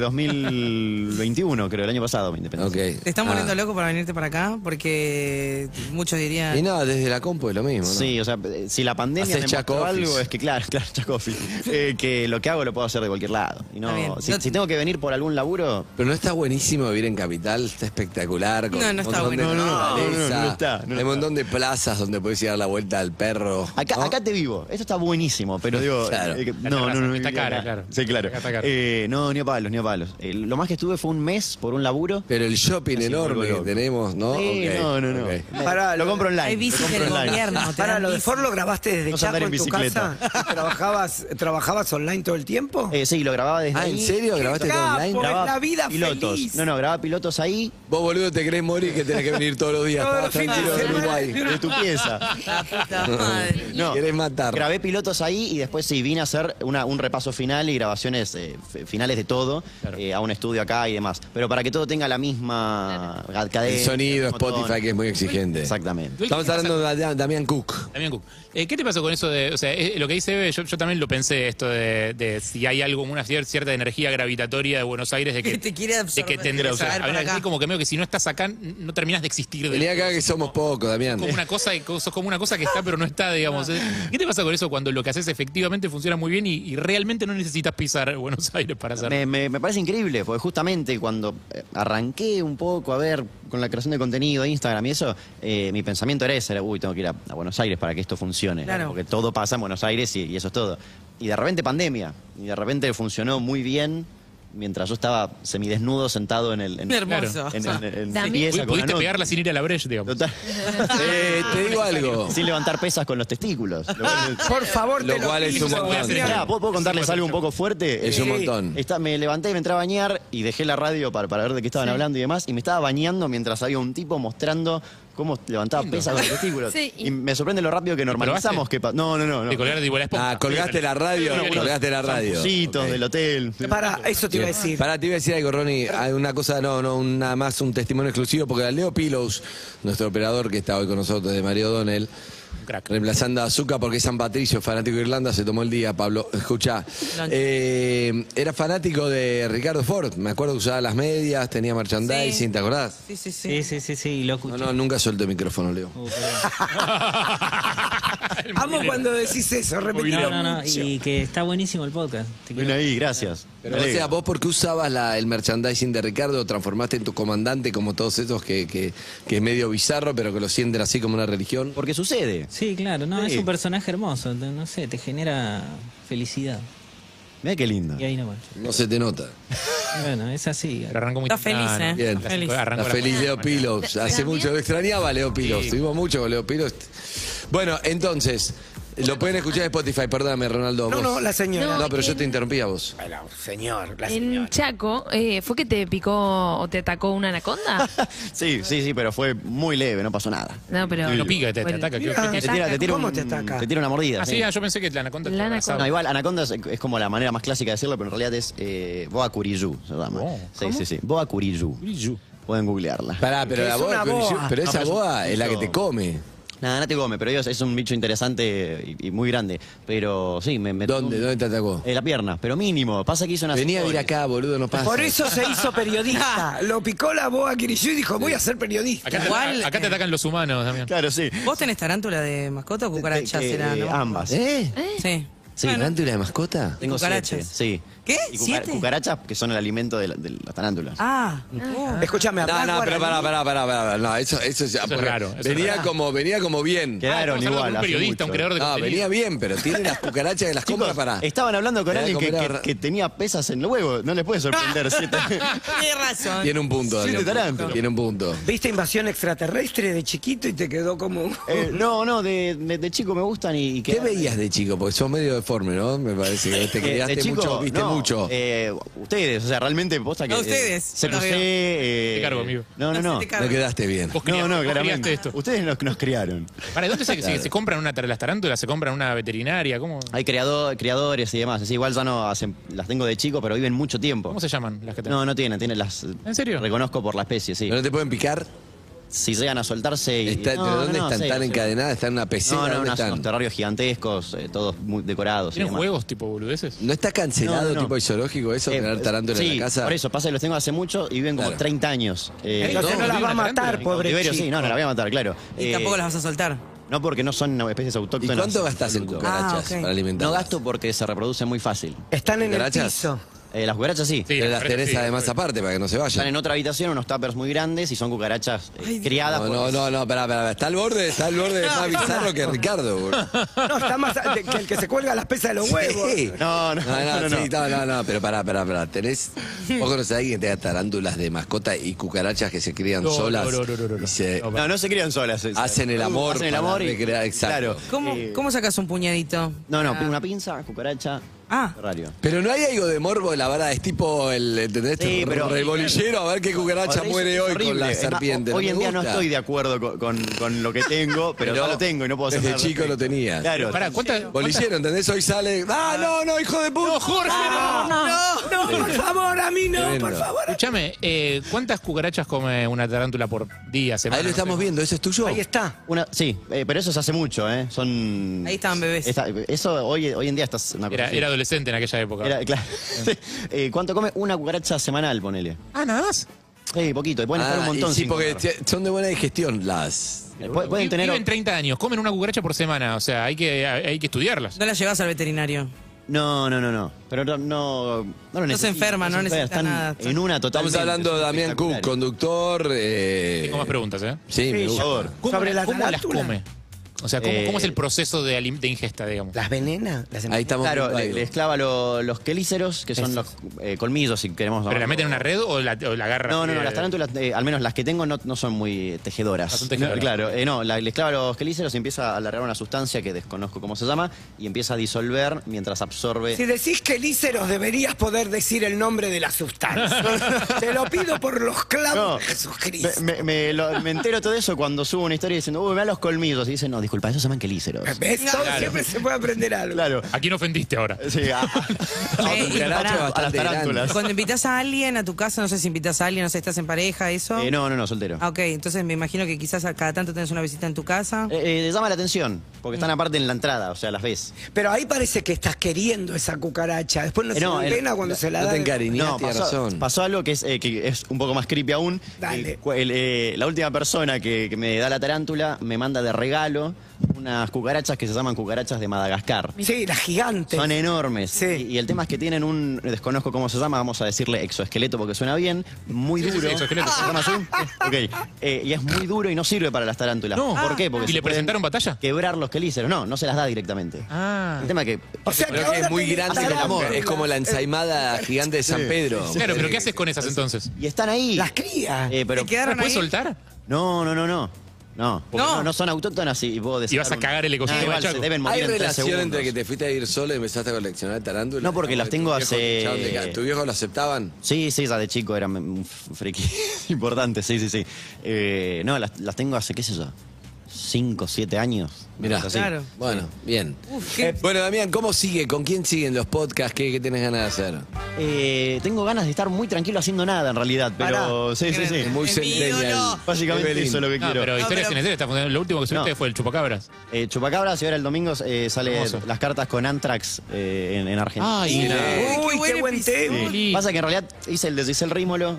Speaker 5: 2021, creo, el año pasado, mi independencia.
Speaker 4: Ok.
Speaker 3: Te están
Speaker 4: Ah.
Speaker 3: volviendo loco para venirte para acá porque muchos dirían.
Speaker 4: Y no, desde la compu es lo mismo, ¿no?
Speaker 5: Sí, o sea, eh, si la pandemia
Speaker 4: Hacés
Speaker 5: me mostró
Speaker 4: Chaco Office.
Speaker 5: algo es que, claro, claro, Chaco Office, eh, que lo que hago lo puedo hacer de cualquier lado. Y no,
Speaker 3: Está bien.
Speaker 5: si,
Speaker 3: No-
Speaker 5: si tengo que venir por algún laburo,
Speaker 4: Pero no está buenísimo vivir en Capital, está espectacular. Con
Speaker 3: No, no
Speaker 4: un
Speaker 3: está
Speaker 4: montón de
Speaker 3: bueno. No,
Speaker 5: no, no, no, no,
Speaker 4: naturaleza,
Speaker 5: no, no está, no
Speaker 4: Hay
Speaker 5: está.
Speaker 4: un montón de plazas donde podés ir a dar la vuelta al perro.
Speaker 5: acá,
Speaker 4: ¿no?
Speaker 5: acá te vivo. Esto está buenísimo, pero digo,
Speaker 4: Claro.
Speaker 5: eh, que-
Speaker 7: La
Speaker 5: no,
Speaker 7: terraza,
Speaker 5: no, no.
Speaker 7: está
Speaker 5: vivía
Speaker 7: cara,
Speaker 5: acá.
Speaker 7: claro.
Speaker 5: Sí, claro.
Speaker 7: Acá está cara.
Speaker 5: Eh, no, ni a palos, ni a palos. Eh, lo más que estuve fue un mes por un laburo.
Speaker 4: Pero el shopping
Speaker 5: Así,
Speaker 4: enorme
Speaker 5: vuelvo
Speaker 4: que
Speaker 5: loco.
Speaker 4: tenemos, ¿no?
Speaker 5: Sí,
Speaker 4: Oh, Ok,
Speaker 5: no, no, no.
Speaker 4: ok.
Speaker 12: Pará,
Speaker 5: lo compro online.
Speaker 3: Hay
Speaker 5: lo
Speaker 3: bicis
Speaker 5: compro
Speaker 3: del
Speaker 5: online.
Speaker 3: gobierno. te
Speaker 12: Para
Speaker 3: dan
Speaker 12: lo de
Speaker 3: bici.
Speaker 12: Ford lo grabaste desde
Speaker 5: No sé
Speaker 12: Chaco
Speaker 5: andar
Speaker 12: en,
Speaker 5: en
Speaker 12: tu
Speaker 5: bicicleta.
Speaker 12: casa. ¿Y ¿Trabajabas, ¿Trabajabas online todo el tiempo?
Speaker 5: Eh, sí, lo grababa desde
Speaker 4: Ah, ¿en
Speaker 5: ahí.
Speaker 4: serio? ¿Grabaste todo
Speaker 12: capo,
Speaker 4: online?
Speaker 12: es
Speaker 5: Grababa
Speaker 12: la vida
Speaker 5: pilotos.
Speaker 12: feliz.
Speaker 5: No, no, grababa pilotos ahí
Speaker 4: Vos, boludo, te crees morir que tenés que venir todos los días.
Speaker 12: Todos
Speaker 4: Estabas
Speaker 12: los fines de
Speaker 4: tranquilo en
Speaker 12: semana.
Speaker 4: Uruguay.
Speaker 5: de tu pieza.
Speaker 3: La puta madre.
Speaker 5: No,
Speaker 4: Querés matar.
Speaker 5: grabé pilotos ahí y después sí, vine a hacer una- un repaso final y grabaciones eh, f- finales de todo eh, a un estudio acá y demás. Pero para que todo tenga la misma ca- cadena.
Speaker 4: El sonido,
Speaker 5: mismo tono.
Speaker 4: Spotify, que es muy exigente.
Speaker 5: Exactamente.
Speaker 4: Estamos hablando de Da- Damián Cook.
Speaker 7: Damián Cook, eh, ¿qué te pasó con eso de, o sea, eh, lo que dice Eve, yo, yo también lo pensé, esto de, de si hay algo, una cier- cierta energía gravitatoria de Buenos Aires, de que,
Speaker 3: Que
Speaker 8: Este
Speaker 3: te quiere
Speaker 7: de que
Speaker 3: absorber,
Speaker 7: tendrá-
Speaker 3: quiere
Speaker 7: o sea,
Speaker 3: absorber
Speaker 7: habría
Speaker 3: para
Speaker 7: que
Speaker 3: acá.
Speaker 7: decir como que medio que si no estás acá, n- no terminas de existir.
Speaker 4: Vení
Speaker 7: De,
Speaker 4: acá que somos pocos, Damián.
Speaker 7: como una cosa, y co- sos como una cosa que está, pero no está, digamos. Eh, ¿Qué te pasa con eso cuando lo que haces efectivamente funciona muy bien y, y realmente no necesitas pisar Buenos Aires para hacerlo?
Speaker 5: Me, me- me parece increíble, porque justamente cuando eh, arranqué un poco a ver con la creación de contenido, Instagram y eso, eh, mi pensamiento era ese, era, uy, tengo que ir a, a Buenos Aires para que esto funcione,
Speaker 3: Claro.
Speaker 5: porque todo pasa en Buenos Aires y, y eso es todo. Y de repente pandemia, y de repente funcionó muy bien mientras yo estaba semidesnudo sentado en el... En,
Speaker 3: Hermoso.
Speaker 5: en- en- en- en
Speaker 14: También-
Speaker 5: pieza
Speaker 7: Pudi-
Speaker 5: con
Speaker 7: Pudiste
Speaker 5: una nota.
Speaker 7: pegarla sin ir a la brecha, digamos.
Speaker 5: Total.
Speaker 4: Eh, te digo algo.
Speaker 5: Sin levantar pesas con los testículos. Lo cual-
Speaker 12: Por favor,
Speaker 4: Lo
Speaker 12: te
Speaker 4: cual es
Speaker 12: pido.
Speaker 4: un
Speaker 7: Voy a hacer
Speaker 4: montón.
Speaker 5: Pará, ¿puedo, puedo contarles algo un poco fuerte?
Speaker 4: Es un montón.
Speaker 5: Está- me levanté, me entré a bañar y dejé la radio para, para ver de qué estaban hablando y demás. Y me estaba bañando mientras había un tipo mostrando cómo levantaba pesas con los testículos.
Speaker 14: Sí, y-
Speaker 5: y... me sorprende lo rápido que normalizamos que pa- No, no, no. no.
Speaker 7: De colgar de igual a esponja.
Speaker 5: Ah, colgaste la radio,
Speaker 7: No, no, no.
Speaker 4: colgaste la radio.
Speaker 5: Champucitos del hotel.
Speaker 12: Para, eso te iba a decir.
Speaker 4: Para, te iba a decir algo, Ronnie. Hay una cosa, no, no, un- nada más un testimonio exclusivo, porque a Leo Pilos, nuestro operador que está hoy con nosotros de Mario Donnell, reemplazando a Zucca porque es San Patricio, fanático de Irlanda, se tomó el día, Pablo. Escucha, era fanático de Ricardo Ford. Me acuerdo que usaba las medias, tenía merchandising, ¿te acordás?
Speaker 3: Sí, sí, sí.
Speaker 15: Sí, sí, sí, sí, lo escuché.
Speaker 4: No, no, nunca suelto el micrófono, Leo.
Speaker 12: Amo cuando decís eso, repetí.
Speaker 15: No, no, no, y que está buenísimo el podcast. Te quiero-
Speaker 5: Ven ahí, gracias.
Speaker 4: Pero,
Speaker 5: Me
Speaker 4: o sea,
Speaker 5: alegro.
Speaker 4: vos porque usabas la- el merchandising de Ricardo, transformaste en tu comandante como todos esos que, que, que es medio bizarro, pero que lo sienten así como una religión.
Speaker 5: Porque sucede.
Speaker 15: Sí, claro, no,
Speaker 5: Sí.
Speaker 15: es un personaje hermoso, te- no sé, te genera felicidad.
Speaker 5: Mirá qué lindo.
Speaker 15: Y ahí nomás.
Speaker 4: No se te nota.
Speaker 15: Bueno, es así.
Speaker 7: Arrancó muy
Speaker 3: Está feliz, ¿eh?
Speaker 4: Bien.
Speaker 7: Está
Speaker 3: feliz.
Speaker 4: La feliz Leo Pilos. Hace mucho, lo extrañaba a Leo Pilos.
Speaker 7: Sí.
Speaker 4: Tuvimos mucho con Leo Pilos. Bueno, entonces, lo pueden escuchar en Spotify. Perdóname, Ronaldo.
Speaker 12: No,
Speaker 4: vos.
Speaker 12: no, la señora.
Speaker 4: No,
Speaker 14: No,
Speaker 4: pero
Speaker 14: es
Speaker 4: yo
Speaker 14: que-
Speaker 4: te interrumpí a vos.
Speaker 12: Señor, la
Speaker 14: En Chaco, eh, ¿fue que te picó o te atacó una anaconda?
Speaker 5: Sí, sí, sí, pero fue muy leve, no pasó nada.
Speaker 14: No, pero.
Speaker 7: No pica, te, te
Speaker 14: Bueno,
Speaker 7: ataca. creo
Speaker 5: Te tira, te tira
Speaker 12: ¿Cómo
Speaker 5: un-
Speaker 12: te ataca?
Speaker 5: Te tira una mordida.
Speaker 7: Ah,
Speaker 5: sí.
Speaker 7: sí, ah, yo pensé que la anaconda
Speaker 14: La
Speaker 7: te abrazaba.
Speaker 5: No, igual, anaconda es, es como la manera más clásica de decirlo, pero en realidad es eh, boa curiyú, se llama.
Speaker 7: Oh,
Speaker 5: sí, sí, sí, boa curiyú. Pueden googlearla.
Speaker 4: Pará, pero,
Speaker 12: Es
Speaker 4: la boa,
Speaker 12: una boa.
Speaker 4: pero
Speaker 5: No,
Speaker 4: esa
Speaker 5: pero es un
Speaker 4: boa es la que
Speaker 5: bicho.
Speaker 4: te come.
Speaker 5: Nada, no te come, pero ellos- es un bicho interesante y, y muy grande. Pero sí, me, me
Speaker 4: ¿Dónde? ¿Dónde te atacó?
Speaker 5: Eh, la pierna, pero mínimo. Pasa que hizo una.
Speaker 4: Venía a ir acá, boludo, no pasa.
Speaker 12: Por eso se hizo periodista. Lo picó la boa Kirillú y dijo, voy a ser periodista.
Speaker 7: Acá te,
Speaker 3: Igual- eh.
Speaker 7: acá te atacan los humanos, Damián.
Speaker 5: Claro, sí.
Speaker 3: ¿Vos tenés tarántula de mascota o cucaracha
Speaker 5: Eh, eh,
Speaker 3: será, no?
Speaker 5: Ambas.
Speaker 4: ¿Eh?
Speaker 3: Sí.
Speaker 4: Sí,
Speaker 3: Bueno.
Speaker 4: ¿tarántula de mascota?
Speaker 5: Tengo
Speaker 3: cucarachas.
Speaker 5: siete, sí.
Speaker 3: ¿Qué?
Speaker 5: Y cuca-
Speaker 3: ¿Siete?
Speaker 5: cucarachas que son el alimento de, la- de las tarántulas.
Speaker 3: Ah, oh.
Speaker 12: Escúchame,
Speaker 4: No,
Speaker 12: hablá
Speaker 4: no, pero
Speaker 12: guaraní.
Speaker 4: pará, pará, pará, pará. No, eso, eso, ya-
Speaker 7: Eso es
Speaker 4: porque
Speaker 7: raro, eso es
Speaker 4: venía
Speaker 7: raro.
Speaker 4: como, venía como bien.
Speaker 7: Ah,
Speaker 5: Quedaron
Speaker 7: estamos hablando
Speaker 5: igual.
Speaker 7: de Un
Speaker 5: hace mucho.
Speaker 7: periodista,
Speaker 5: Ah,
Speaker 7: un creador de
Speaker 4: No,
Speaker 7: contenido.
Speaker 4: venía bien, pero tiene las cucarachas que las compra
Speaker 5: Chicos,
Speaker 4: para.
Speaker 5: Estaban hablando con
Speaker 4: Mirá
Speaker 5: alguien que,
Speaker 4: cómo era-
Speaker 5: que- que tenía pesas en el huevo. No les puede sorprender. siete.
Speaker 3: Tienes razón.
Speaker 4: Tiene un punto,
Speaker 5: Siete
Speaker 4: Daniel.
Speaker 5: tarántulas.
Speaker 4: Tiene un punto.
Speaker 12: ¿Viste invasión extraterrestre de chiquito y te quedó como...
Speaker 5: Eh, no, no, de, de- de chico me gustan y, y
Speaker 4: ¿Qué veías de chico? Porque sos medio deforme, ¿no? Me parece que te
Speaker 5: Eh, de
Speaker 4: criaste
Speaker 5: chico,
Speaker 4: mucho, viste
Speaker 5: no,
Speaker 4: mucho.
Speaker 5: eh, ustedes, o sea, realmente posta que.
Speaker 3: No,
Speaker 5: eh,
Speaker 3: ustedes,
Speaker 5: se
Speaker 3: yo lo
Speaker 5: crucé.
Speaker 3: veo.
Speaker 5: eh,
Speaker 7: Te cargo, amigo.
Speaker 5: No, no,
Speaker 3: No,
Speaker 5: no.
Speaker 3: se te
Speaker 4: no quedaste bien.
Speaker 7: Vos
Speaker 5: No,
Speaker 7: criaste-
Speaker 5: no,
Speaker 7: vos criaste
Speaker 5: claramente.
Speaker 7: esto.
Speaker 5: Ustedes nos, nos criaron.
Speaker 7: ¿Para dónde se, se-
Speaker 5: Claro.
Speaker 7: se compran una, tar- las tarántulas? ¿Se compran una veterinaria? ¿Cómo,
Speaker 5: Hay creador, creadores y demás. Así, igual ya no hacen, las tengo de chico, pero viven mucho tiempo.
Speaker 7: cómo se llaman las que te
Speaker 5: No, no tienen, tienen las.
Speaker 7: ¿En serio?
Speaker 5: Reconozco por la especie, sí.
Speaker 4: ¿Pero no te pueden picar?
Speaker 5: Si llegan a soltarse y.
Speaker 4: Está-
Speaker 5: no,
Speaker 4: ¿De
Speaker 5: no,
Speaker 4: dónde
Speaker 5: no,
Speaker 4: están?
Speaker 5: sí,
Speaker 4: ¿Están
Speaker 5: sí.
Speaker 4: encadenadas? ¿Están en una pecera?
Speaker 5: No, no,
Speaker 4: ¿Dónde
Speaker 5: unos,
Speaker 4: están?
Speaker 5: unos terrarios gigantescos, eh, todos muy decorados. y
Speaker 7: ¿Tienen
Speaker 5: demás.
Speaker 7: juegos tipo boludeces?
Speaker 4: ¿No está cancelado
Speaker 5: No, no.
Speaker 4: tipo el zoológico eso?
Speaker 5: Eh,
Speaker 4: ¿Tener tarántulas
Speaker 5: sí,
Speaker 4: en la casa?
Speaker 5: Por eso, pasa que los tengo hace mucho y viven como
Speaker 4: Claro.
Speaker 5: 30 años. Eh,
Speaker 4: Ey,
Speaker 12: Entonces
Speaker 4: no,
Speaker 12: no, la
Speaker 7: vive
Speaker 12: va a
Speaker 7: una
Speaker 12: matar,
Speaker 7: tarántula.
Speaker 12: pobre
Speaker 5: cautiverio, sí,
Speaker 12: chico.
Speaker 5: no, no la voy a matar, claro.
Speaker 3: Y
Speaker 5: Eh,
Speaker 3: tampoco las vas a soltar.
Speaker 5: No porque no son especies
Speaker 4: ¿Y
Speaker 5: autóctonas.
Speaker 4: cuánto gastas en
Speaker 5: absoluto.
Speaker 4: cucarachas
Speaker 3: Ah, ok.
Speaker 4: para alimentar?
Speaker 5: No gasto porque se reproducen muy fácil.
Speaker 12: Están en el
Speaker 4: ¿Cucarachas?
Speaker 12: piso.
Speaker 5: Eh, las cucarachas sí.
Speaker 7: Sí,
Speaker 4: Pero las
Speaker 7: parece
Speaker 4: tenés
Speaker 7: que sí,
Speaker 4: además
Speaker 7: sí.
Speaker 4: aparte para que no se
Speaker 5: Están
Speaker 4: vayan.
Speaker 5: en otra habitación, unos tuppers muy grandes y son cucarachas eh, criadas
Speaker 4: No,
Speaker 5: por-
Speaker 4: no, no, no, pará, pará. Está al borde, está al borde más bizarro que Ricardo, boludo.
Speaker 12: No, está más de- que el que se cuelga las pesas de los huevos.
Speaker 4: Sí.
Speaker 5: No, no,
Speaker 4: no,
Speaker 5: no, no.
Speaker 4: sí, no, no, no, pero pará, pará, pará. Tenés, vos conocés a alguien que tenga tarántulas de mascota y cucarachas que se crían
Speaker 7: No,
Speaker 4: solas
Speaker 7: no, no, no, no, no.
Speaker 4: y se
Speaker 5: No, no se crían solas. eh,
Speaker 4: hacen el amor.
Speaker 5: Hacen el
Speaker 4: para
Speaker 5: amor y...
Speaker 4: recrear- exacto.
Speaker 5: Claro. Eh,
Speaker 3: ¿Cómo, ¿Cómo sacas un puñadito?
Speaker 5: No, no,
Speaker 3: Ah.
Speaker 5: una pinza, cucaracha,
Speaker 3: Ah.
Speaker 5: radio.
Speaker 4: Pero no hay algo de morbo, la verdad, es tipo el, ¿entendés?
Speaker 5: Sí, pero-
Speaker 4: rebolillero, a ver qué cucaracha muere hoy con la serpiente.
Speaker 5: Hoy en
Speaker 4: me
Speaker 5: día no
Speaker 4: gusta.
Speaker 5: estoy de acuerdo con, con- con lo que tengo, pero,
Speaker 4: Pero
Speaker 5: ya lo tengo y no puedo hacer
Speaker 4: desde
Speaker 5: nada al
Speaker 4: chico lo
Speaker 5: respecto.
Speaker 4: tenías.
Speaker 5: Claro.
Speaker 7: Pará, ¿cuántas?
Speaker 4: Bolillero, ¿entendés? Hoy sale. ¡Ah, no, no, hijo de puta! Ah,
Speaker 7: Jorge,
Speaker 12: No, no, por favor, a mí no, por
Speaker 4: Tremendo.
Speaker 12: favor.
Speaker 7: Escuchame, eh, ¿cuántas cucarachas come una tarántula por día, semana?
Speaker 4: Ahí lo
Speaker 7: No sé.
Speaker 4: estamos viendo, ¿eso es tuyo?
Speaker 12: Ahí está.
Speaker 5: Una, sí, eh, pero eso se hace mucho, ¿eh? Son...
Speaker 3: Ahí estaban bebés.
Speaker 5: Está- eso hoy, hoy en día estás... Una cosa
Speaker 7: Era,
Speaker 5: así.
Speaker 7: era adolescente en aquella época.
Speaker 5: Era- claro. Sí. Eh, ¿Cuánto come una cucaracha semanal, ponele?
Speaker 7: Ah, nada más.
Speaker 5: Sí, poquito. Y pueden estar
Speaker 4: Ah,
Speaker 5: un
Speaker 4: y
Speaker 5: montón
Speaker 4: Sí,
Speaker 5: sin
Speaker 4: porque
Speaker 5: comer.
Speaker 4: te- son de buena digestión las.
Speaker 5: Eh, pu- Pueden tener...
Speaker 7: Viven 30 años, comen una cucaracha por semana, o sea, hay que, hay que estudiarlas.
Speaker 3: No la llevas al veterinario.
Speaker 5: No, no, no, no. Pero no, no, no lo
Speaker 3: No se
Speaker 5: necesitan,
Speaker 3: enferma, no
Speaker 5: se enferman,
Speaker 3: necesita
Speaker 5: están
Speaker 3: nada.
Speaker 5: En una total.
Speaker 4: Estamos hablando de Damián Cook, conductor. eh,
Speaker 7: Tengo más preguntas, ¿eh?
Speaker 4: Sí, me
Speaker 5: Por
Speaker 4: gusta.
Speaker 5: favor.
Speaker 7: ¿Cómo,
Speaker 12: Sobre la
Speaker 7: cómo las
Speaker 12: tarántula.
Speaker 7: come? O sea, ¿cómo,
Speaker 5: Eh,
Speaker 7: cómo es el proceso de, alim- de ingesta, digamos?
Speaker 12: ¿Las venenas?
Speaker 5: Ahí estamos. Claro,
Speaker 7: viendo
Speaker 5: le,
Speaker 7: algo.
Speaker 5: le clava lo- los quelíceros, que son los eh, colmillos, si queremos.
Speaker 7: ¿Pero la meten en una red o la, o la agarran?
Speaker 5: No, no, no,
Speaker 7: eh,
Speaker 5: las tarántulas, eh, al menos las que tengo, no, no son muy eh, tejedoras.
Speaker 7: No Ah, son tejedoras.
Speaker 5: No, claro, eh, no, la- les clava los quelíceros y empieza a alargar una sustancia que desconozco cómo se llama y empieza a disolver mientras absorbe.
Speaker 12: Si decís que líceros deberías poder decir el nombre de la sustancia. Te lo pido por los clavos de Jesucristo.
Speaker 5: Me, me- me lo- me entero todo eso cuando subo una historia diciendo, uy, me da los colmillos. Y dicen, no, disculpa, esos se llaman quelíceros.
Speaker 12: ¿Ves? Todo siempre se puede aprender algo.
Speaker 5: Claro.
Speaker 7: ¿A quién ofendiste ahora?
Speaker 5: Sí, a,
Speaker 3: Eh, y pará,
Speaker 5: a las tarántulas.
Speaker 3: Cuando invitas a alguien a tu casa, no sé si invitas a alguien, no sé, estás en pareja, eso.
Speaker 5: Eh, no, no, no, soltero.
Speaker 3: Ah, ok, entonces me imagino que quizás a cada tanto tenés una visita en tu casa.
Speaker 5: Eh, eh, llama la atención, porque
Speaker 7: Mm.
Speaker 5: están aparte en la entrada, o sea, las ves.
Speaker 12: Pero ahí parece que estás queriendo esa cucaracha. Después no,
Speaker 5: Eh,
Speaker 12: se da
Speaker 5: el-
Speaker 12: pena cuando se la da. de-
Speaker 5: No, pasó, pasó algo que es, eh, que es un poco más creepy aún.
Speaker 12: Dale.
Speaker 5: El cu- el, eh, la última persona que, que me da la tarántula me manda de regalo unas cucarachas que se llaman cucarachas de Madagascar.
Speaker 12: Sí, las gigantes.
Speaker 5: Son enormes. Y, y el tema es que tienen un, desconozco cómo se llama, vamos a decirle exoesqueleto porque suena bien, muy
Speaker 7: Sí, sí, sí,
Speaker 5: duro.
Speaker 7: exoesqueleto.
Speaker 5: ¿Se llama así? Ok. Eh, y es muy duro y no sirve para las tarántulas.
Speaker 7: No. Ah.
Speaker 5: ¿Por qué?
Speaker 7: ¿Y
Speaker 5: Porque
Speaker 7: le presentaron
Speaker 5: batalla? Quebrar los quelíceros. No, no se las da directamente.
Speaker 7: Ah.
Speaker 5: El tema que...
Speaker 12: O sea,
Speaker 4: Pero que es muy grande,
Speaker 5: Hacen el
Speaker 4: como-
Speaker 5: amor.
Speaker 4: es como la ensaimada gigante de San
Speaker 5: Sí.
Speaker 4: Pedro.
Speaker 7: Claro, pero ¿qué haces con esas entonces?
Speaker 5: Y están ahí.
Speaker 12: Las crías.
Speaker 5: Eh, pero-
Speaker 7: ¿Las puedes soltar?
Speaker 5: No, no, no, no. No, porque
Speaker 7: No.
Speaker 5: no. no son autóctonas y vos decís. Ah,
Speaker 7: Y vas a cagar el ecosistema
Speaker 5: igual,
Speaker 7: chaco.
Speaker 5: se deben morir
Speaker 4: ¿Hay
Speaker 5: en tres
Speaker 4: relación
Speaker 5: segundos.
Speaker 4: entre que te fuiste a ir solo y empezaste a coleccionar tarántulas?
Speaker 5: No, porque las tengo
Speaker 4: ¿Tu viejo te
Speaker 5: hace-
Speaker 4: echaron de casa? ¿Tu viejo lo aceptaban?
Speaker 5: Sí, sí, ya de chico era un f- friki importante, sí, sí, sí. Eh, no, las, las tengo hace, qué sé yo, cinco, siete años.
Speaker 4: Mirá,
Speaker 5: Así.
Speaker 4: Claro. bueno, bien.
Speaker 3: Uf, qué-
Speaker 4: Eh, bueno, Damián, ¿cómo sigue? ¿Con quién siguen los podcasts? ¿Qué, qué tenés ganas de hacer?
Speaker 5: Eh, tengo ganas de estar muy tranquilo haciendo nada en realidad, pero
Speaker 4: Pará.
Speaker 5: sí, sí, sí.
Speaker 4: Es Muy mi centennial. ídolo.
Speaker 5: Básicamente
Speaker 4: Evelyn.
Speaker 5: eso es lo que
Speaker 7: No,
Speaker 5: quiero.
Speaker 7: pero historias en serio está funcionando. Lo último que subiste
Speaker 5: No.
Speaker 7: fue el chupacabras.
Speaker 5: Eh, Chupacabras y ahora el domingo eh, sale
Speaker 7: Hermoso.
Speaker 5: las cartas con Antrax eh, en, en Argentina.
Speaker 7: Ay,
Speaker 5: Sí.
Speaker 12: Uy, qué, buen tema.
Speaker 5: Sí. Pasa que en realidad hice el de Giselle Rímolo.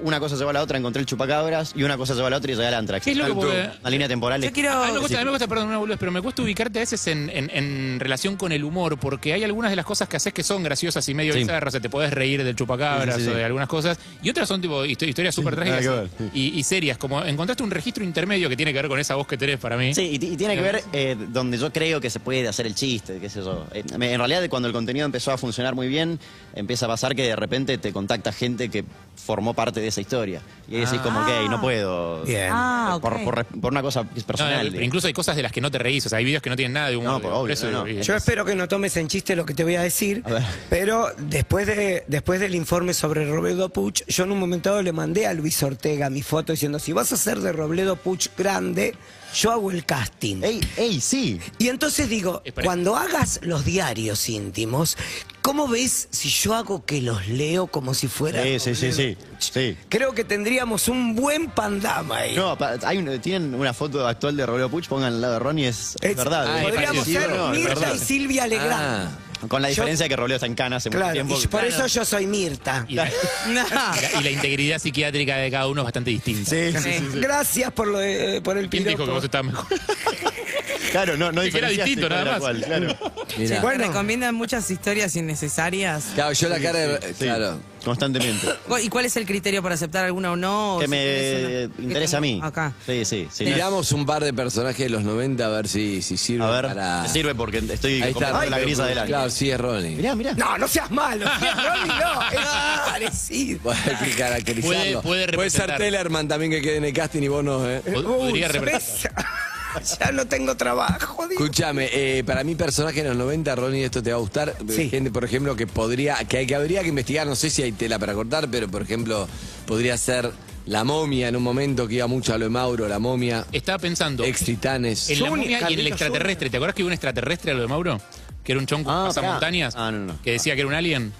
Speaker 5: Una cosa lleva a la otra, encontré el chupacabras y una cosa lleva a la otra y llegué al Antrax.
Speaker 7: ¿Qué es lo que puede-
Speaker 5: La línea temporal. es-
Speaker 7: A mí me
Speaker 5: Sí.
Speaker 7: cuesta, a mí me cuesta, perdón, una boludez, pero me cuesta ubicarte a veces en, en- en relación con el humor, porque hay algunas de las cosas que haces que son graciosas y medio
Speaker 5: Sí.
Speaker 7: bizarras, o sea, te podés reír del chupacabras
Speaker 5: Sí, sí, sí.
Speaker 7: o de algunas cosas, y otras son tipo histo- historias súper
Speaker 5: nada
Speaker 7: trágicas
Speaker 5: que ver,
Speaker 7: y, y serias, como encontraste un registro intermedio que tiene que ver con esa voz que tenés para mí.
Speaker 5: Sí, y, y tiene que ver eh, donde yo creo que se puede hacer el chiste, qué sé yo. Eh, me- en realidad, cuando el contenido empezó a funcionar muy bien, empieza a pasar que de repente te contacta gente que formó parte de esa historia. Y ahí decís,
Speaker 7: Ah.
Speaker 5: como, ok, no puedo. Eh,
Speaker 12: Bien.
Speaker 3: Ah,
Speaker 5: Por,
Speaker 3: ok.
Speaker 5: por- por una cosa que es
Speaker 7: No,
Speaker 5: personal.
Speaker 7: pero incluso hay cosas de las que no te reís, o sea, hay videos que no tienen nada de humor.
Speaker 5: No, pues,
Speaker 7: digo,
Speaker 5: obvio,
Speaker 7: eso
Speaker 5: no, no.
Speaker 7: digo, y-
Speaker 12: Yo espero que no tomes en chiste lo que te voy a decir, pero después, de, después del informe sobre Robledo Puch, yo en un momento dado le mandé a Luis Ortega mi foto diciendo, si vas a ser de Robledo Puch grande, yo hago el casting.
Speaker 5: ¡Ey, ey, sí!
Speaker 12: Y entonces digo,
Speaker 7: Espera.
Speaker 12: cuando hagas los diarios íntimos, ¿cómo ves si yo hago que los leo como si fuera...
Speaker 5: Sí, sí, sí, sí. sí.
Speaker 12: Creo que tendríamos un buen pandama ahí.
Speaker 5: No, pa- hay un- tienen una foto actual de Roberto Puch, pongan al lado de Ronnie, es,
Speaker 12: Es-
Speaker 5: verdad.
Speaker 12: ah,
Speaker 5: es
Speaker 12: podríamos
Speaker 5: parecido,
Speaker 12: ser
Speaker 5: no, es
Speaker 12: Mirta
Speaker 5: verdad.
Speaker 12: y Silvia
Speaker 4: Ah,
Speaker 12: Legrand.
Speaker 5: Con la
Speaker 12: Yo-
Speaker 5: diferencia de que Robledo está en cana hace
Speaker 12: Claro,
Speaker 5: mucho tiempo.
Speaker 12: y por eso yo soy Mirta.
Speaker 7: y la,
Speaker 3: Nah.
Speaker 7: y la- y la integridad psiquiátrica de cada uno es bastante distinta.
Speaker 5: Sí, sí, sí, sí.
Speaker 12: Gracias por, lo de- por el
Speaker 7: ¿Quién dijo que
Speaker 12: piropo.
Speaker 7: vos estabas mejor?
Speaker 5: Claro, no, no
Speaker 7: Que era
Speaker 5: diferenciaste
Speaker 7: distinto,
Speaker 5: con
Speaker 7: nada
Speaker 5: la
Speaker 7: más.
Speaker 5: cual, claro.
Speaker 4: Mirá.
Speaker 3: Che,
Speaker 12: Bueno.
Speaker 3: ¿te recomiendan muchas historias innecesarias.
Speaker 4: Claro, yo la cara de...
Speaker 5: Sí,
Speaker 4: Eh, Claro.
Speaker 5: Constantemente.
Speaker 3: ¿Cu- ¿Y cuál es el criterio para aceptar alguna o no? O
Speaker 5: que
Speaker 3: si
Speaker 5: me
Speaker 3: tenés una-
Speaker 5: interesa a mí.
Speaker 3: Acá.
Speaker 5: Sí, sí, sí.
Speaker 4: Tiramos un par de personajes de los 90 a ver si, si sirve
Speaker 5: A ver,
Speaker 4: para...
Speaker 5: me sirve porque estoy
Speaker 4: Ahí está.
Speaker 5: compartiendo la grisa del año.
Speaker 4: Claro, sí, es Ronnie.
Speaker 5: Mirá, mirá.
Speaker 12: No, no seas malo. si es Ronnie, no, es parecido.
Speaker 4: Bueno, Hay que caracterizarlo.
Speaker 7: Puede- puede
Speaker 4: ser
Speaker 7: representar.
Speaker 4: Tellerman también que quede en el casting y vos no, ¿eh?
Speaker 7: Pod- Podría
Speaker 12: Uy,
Speaker 7: representar.
Speaker 12: ¿ves? ya no tengo trabajo. digo.
Speaker 4: Escúchame, eh, para mí personaje de los 90, Ronnie, esto te va a gustar.
Speaker 12: Sí.
Speaker 4: Gente, por ejemplo, que podría, que, hay- que habría que investigar, no sé si hay tela para cortar, pero por ejemplo, podría ser la momia en un momento que iba mucho a lo de Mauro, la momia,
Speaker 7: Estaba pensando.
Speaker 4: ex titanes.
Speaker 7: En la
Speaker 12: Junior,
Speaker 7: momia y en el
Speaker 12: Carlitos
Speaker 7: extraterrestre. ¿Te acuerdas que hubo un extraterrestre a lo de Mauro? Que era un chonco
Speaker 5: Ah,
Speaker 7: pasa
Speaker 5: pará.
Speaker 7: montañas.
Speaker 5: Ah, no, no.
Speaker 7: Que decía que era un alien.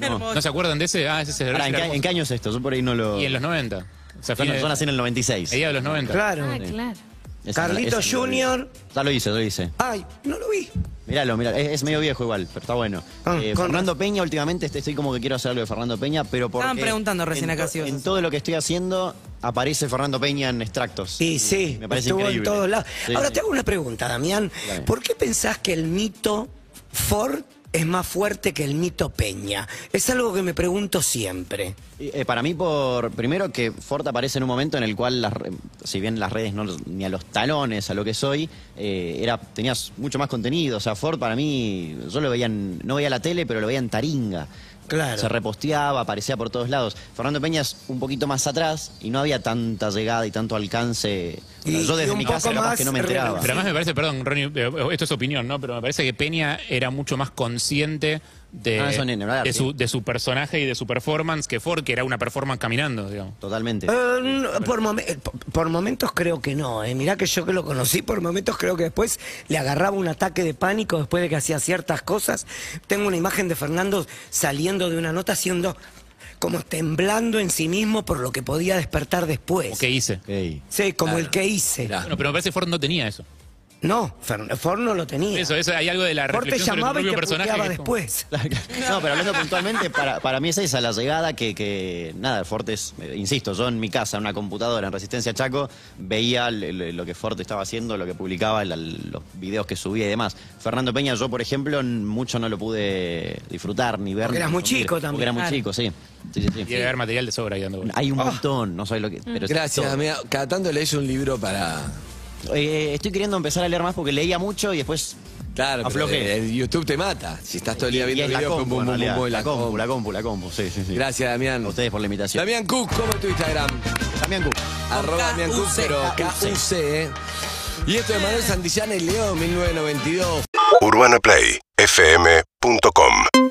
Speaker 3: Hermoso.
Speaker 7: ¿No se acuerdan de ese? Ah, ese es el
Speaker 5: Pará, ¿en, qué, en qué año es esto? Yo por ahí no lo.
Speaker 7: Y en los 90. O sea,
Speaker 5: Yo
Speaker 7: fines-
Speaker 5: yo nací en el 96.
Speaker 7: mediados de los 90.
Speaker 12: Claro.
Speaker 14: Ah, claro.
Speaker 5: Esa-
Speaker 12: Carlito
Speaker 5: esa-
Speaker 12: Junior.
Speaker 5: Ya lo hice, lo hice.
Speaker 12: Ay, no lo vi.
Speaker 5: Míralo, míralo. Es, es medio viejo igual, pero está bueno.
Speaker 12: Ah,
Speaker 5: Eh,
Speaker 12: con-
Speaker 5: Fernando Peña, últimamente este- estoy como que quiero hacer algo de Fernando Peña, pero porque...
Speaker 3: Estaban preguntando recién
Speaker 5: en
Speaker 3: acá
Speaker 5: to-
Speaker 3: si vos
Speaker 5: En
Speaker 3: haces.
Speaker 5: todo lo que estoy haciendo aparece Fernando Peña en extractos.
Speaker 12: Sí, sí,
Speaker 5: Me parece
Speaker 12: estuvo en
Speaker 5: increíble.
Speaker 12: todos lados.
Speaker 5: Sí,
Speaker 12: Ahora
Speaker 5: sí.
Speaker 12: te hago una pregunta, Damián.
Speaker 5: Dame.
Speaker 12: ¿Por qué pensás que el mito Ford es más fuerte que el mito Peña? Es algo que me pregunto siempre.
Speaker 5: Y, eh, para mí, por primero que Ford aparece en un momento en el cual, las re- si bien las redes no ni a los talones, a lo que soy, eh, era tenías mucho más contenido. O sea, Ford para mí, yo lo veía, en- no veía la tele, pero lo veía en Taringa.
Speaker 12: Claro.
Speaker 5: Se reposteaba, aparecía por todos lados. Fernando Peña es un poquito más atrás y no había tanta llegada y tanto alcance.
Speaker 12: Y-
Speaker 5: yo
Speaker 12: y
Speaker 5: desde
Speaker 12: un
Speaker 5: mi casa
Speaker 12: poco
Speaker 5: capaz que
Speaker 12: más
Speaker 5: no me enteraba.
Speaker 7: Pero además me parece, perdón, Ronnie, eh, esto es opinión, ¿no? Pero me parece que Peña era mucho más consciente de,
Speaker 5: Ah, eso ni hablar,
Speaker 7: de,
Speaker 5: sí.
Speaker 7: su, de su personaje y de su performance que Ford, que era una performance caminando, digamos.
Speaker 5: Totalmente.
Speaker 12: Eh, no, por, momen- eh, por- por momentos creo que no. Eh. Mirá que yo que lo conocí, por momentos creo que después le agarraba un ataque de pánico después de que hacía ciertas cosas. Tengo una imagen de Fernando saliendo de una nota haciendo como temblando en sí mismo por lo que podía despertar después.
Speaker 7: ¿Qué hice?
Speaker 12: Sí, como el que hice.
Speaker 7: Bueno, pero me parece que Ford no tenía eso.
Speaker 12: No, Fer- Ford no lo tenía.
Speaker 7: Eso, eso hay algo de la
Speaker 12: Ford te
Speaker 7: reflexión sobre tu
Speaker 12: llamaba y
Speaker 7: propio
Speaker 12: te
Speaker 7: personaje. que
Speaker 12: puteaba
Speaker 7: es como-
Speaker 12: después.
Speaker 5: No, pero hablando puntualmente, para, para mí es esa la llegada que, que nada, Fortes, eh, insisto, yo en mi casa, en una computadora, en Resistencia Chaco, veía l- l- lo que Forte estaba haciendo, lo que publicaba, la- los videos que subía y demás. Fernando Peña, yo, por ejemplo, n- mucho no lo pude disfrutar ni ver.
Speaker 12: Porque
Speaker 5: ni
Speaker 12: eras muy
Speaker 5: consumir,
Speaker 12: chico también.
Speaker 5: Porque era muy
Speaker 12: Claro.
Speaker 5: chico, sí. Sí, sí, sí.
Speaker 7: Tiene que haber material de sobra ahí dando vueltas.
Speaker 5: Hay un montón, no sé lo que... Pero
Speaker 4: Ah. Gracias,
Speaker 5: todo.
Speaker 4: amiga. Cada tanto lees un libro para.
Speaker 5: Eh, estoy queriendo empezar a leer más porque leía mucho y después...
Speaker 4: Claro, pero
Speaker 5: Aflojé.
Speaker 4: el YouTube te mata. Si estás todo el día
Speaker 5: Y- y
Speaker 4: viendo
Speaker 5: es la
Speaker 4: videos,
Speaker 5: compu, en realidad. La compu, la compu, la compu, sí, sí, sí.
Speaker 4: Gracias, Damián.
Speaker 5: A ustedes por la invitación.
Speaker 4: Damián Cook, ¿cómo es tu Instagram?
Speaker 5: Damián Cook.
Speaker 4: Arroba Damián Cook, pero KUC, ¿eh? Y esto es Manuel Santillana y Leo 1992.
Speaker 1: UrbanaPlayFM.com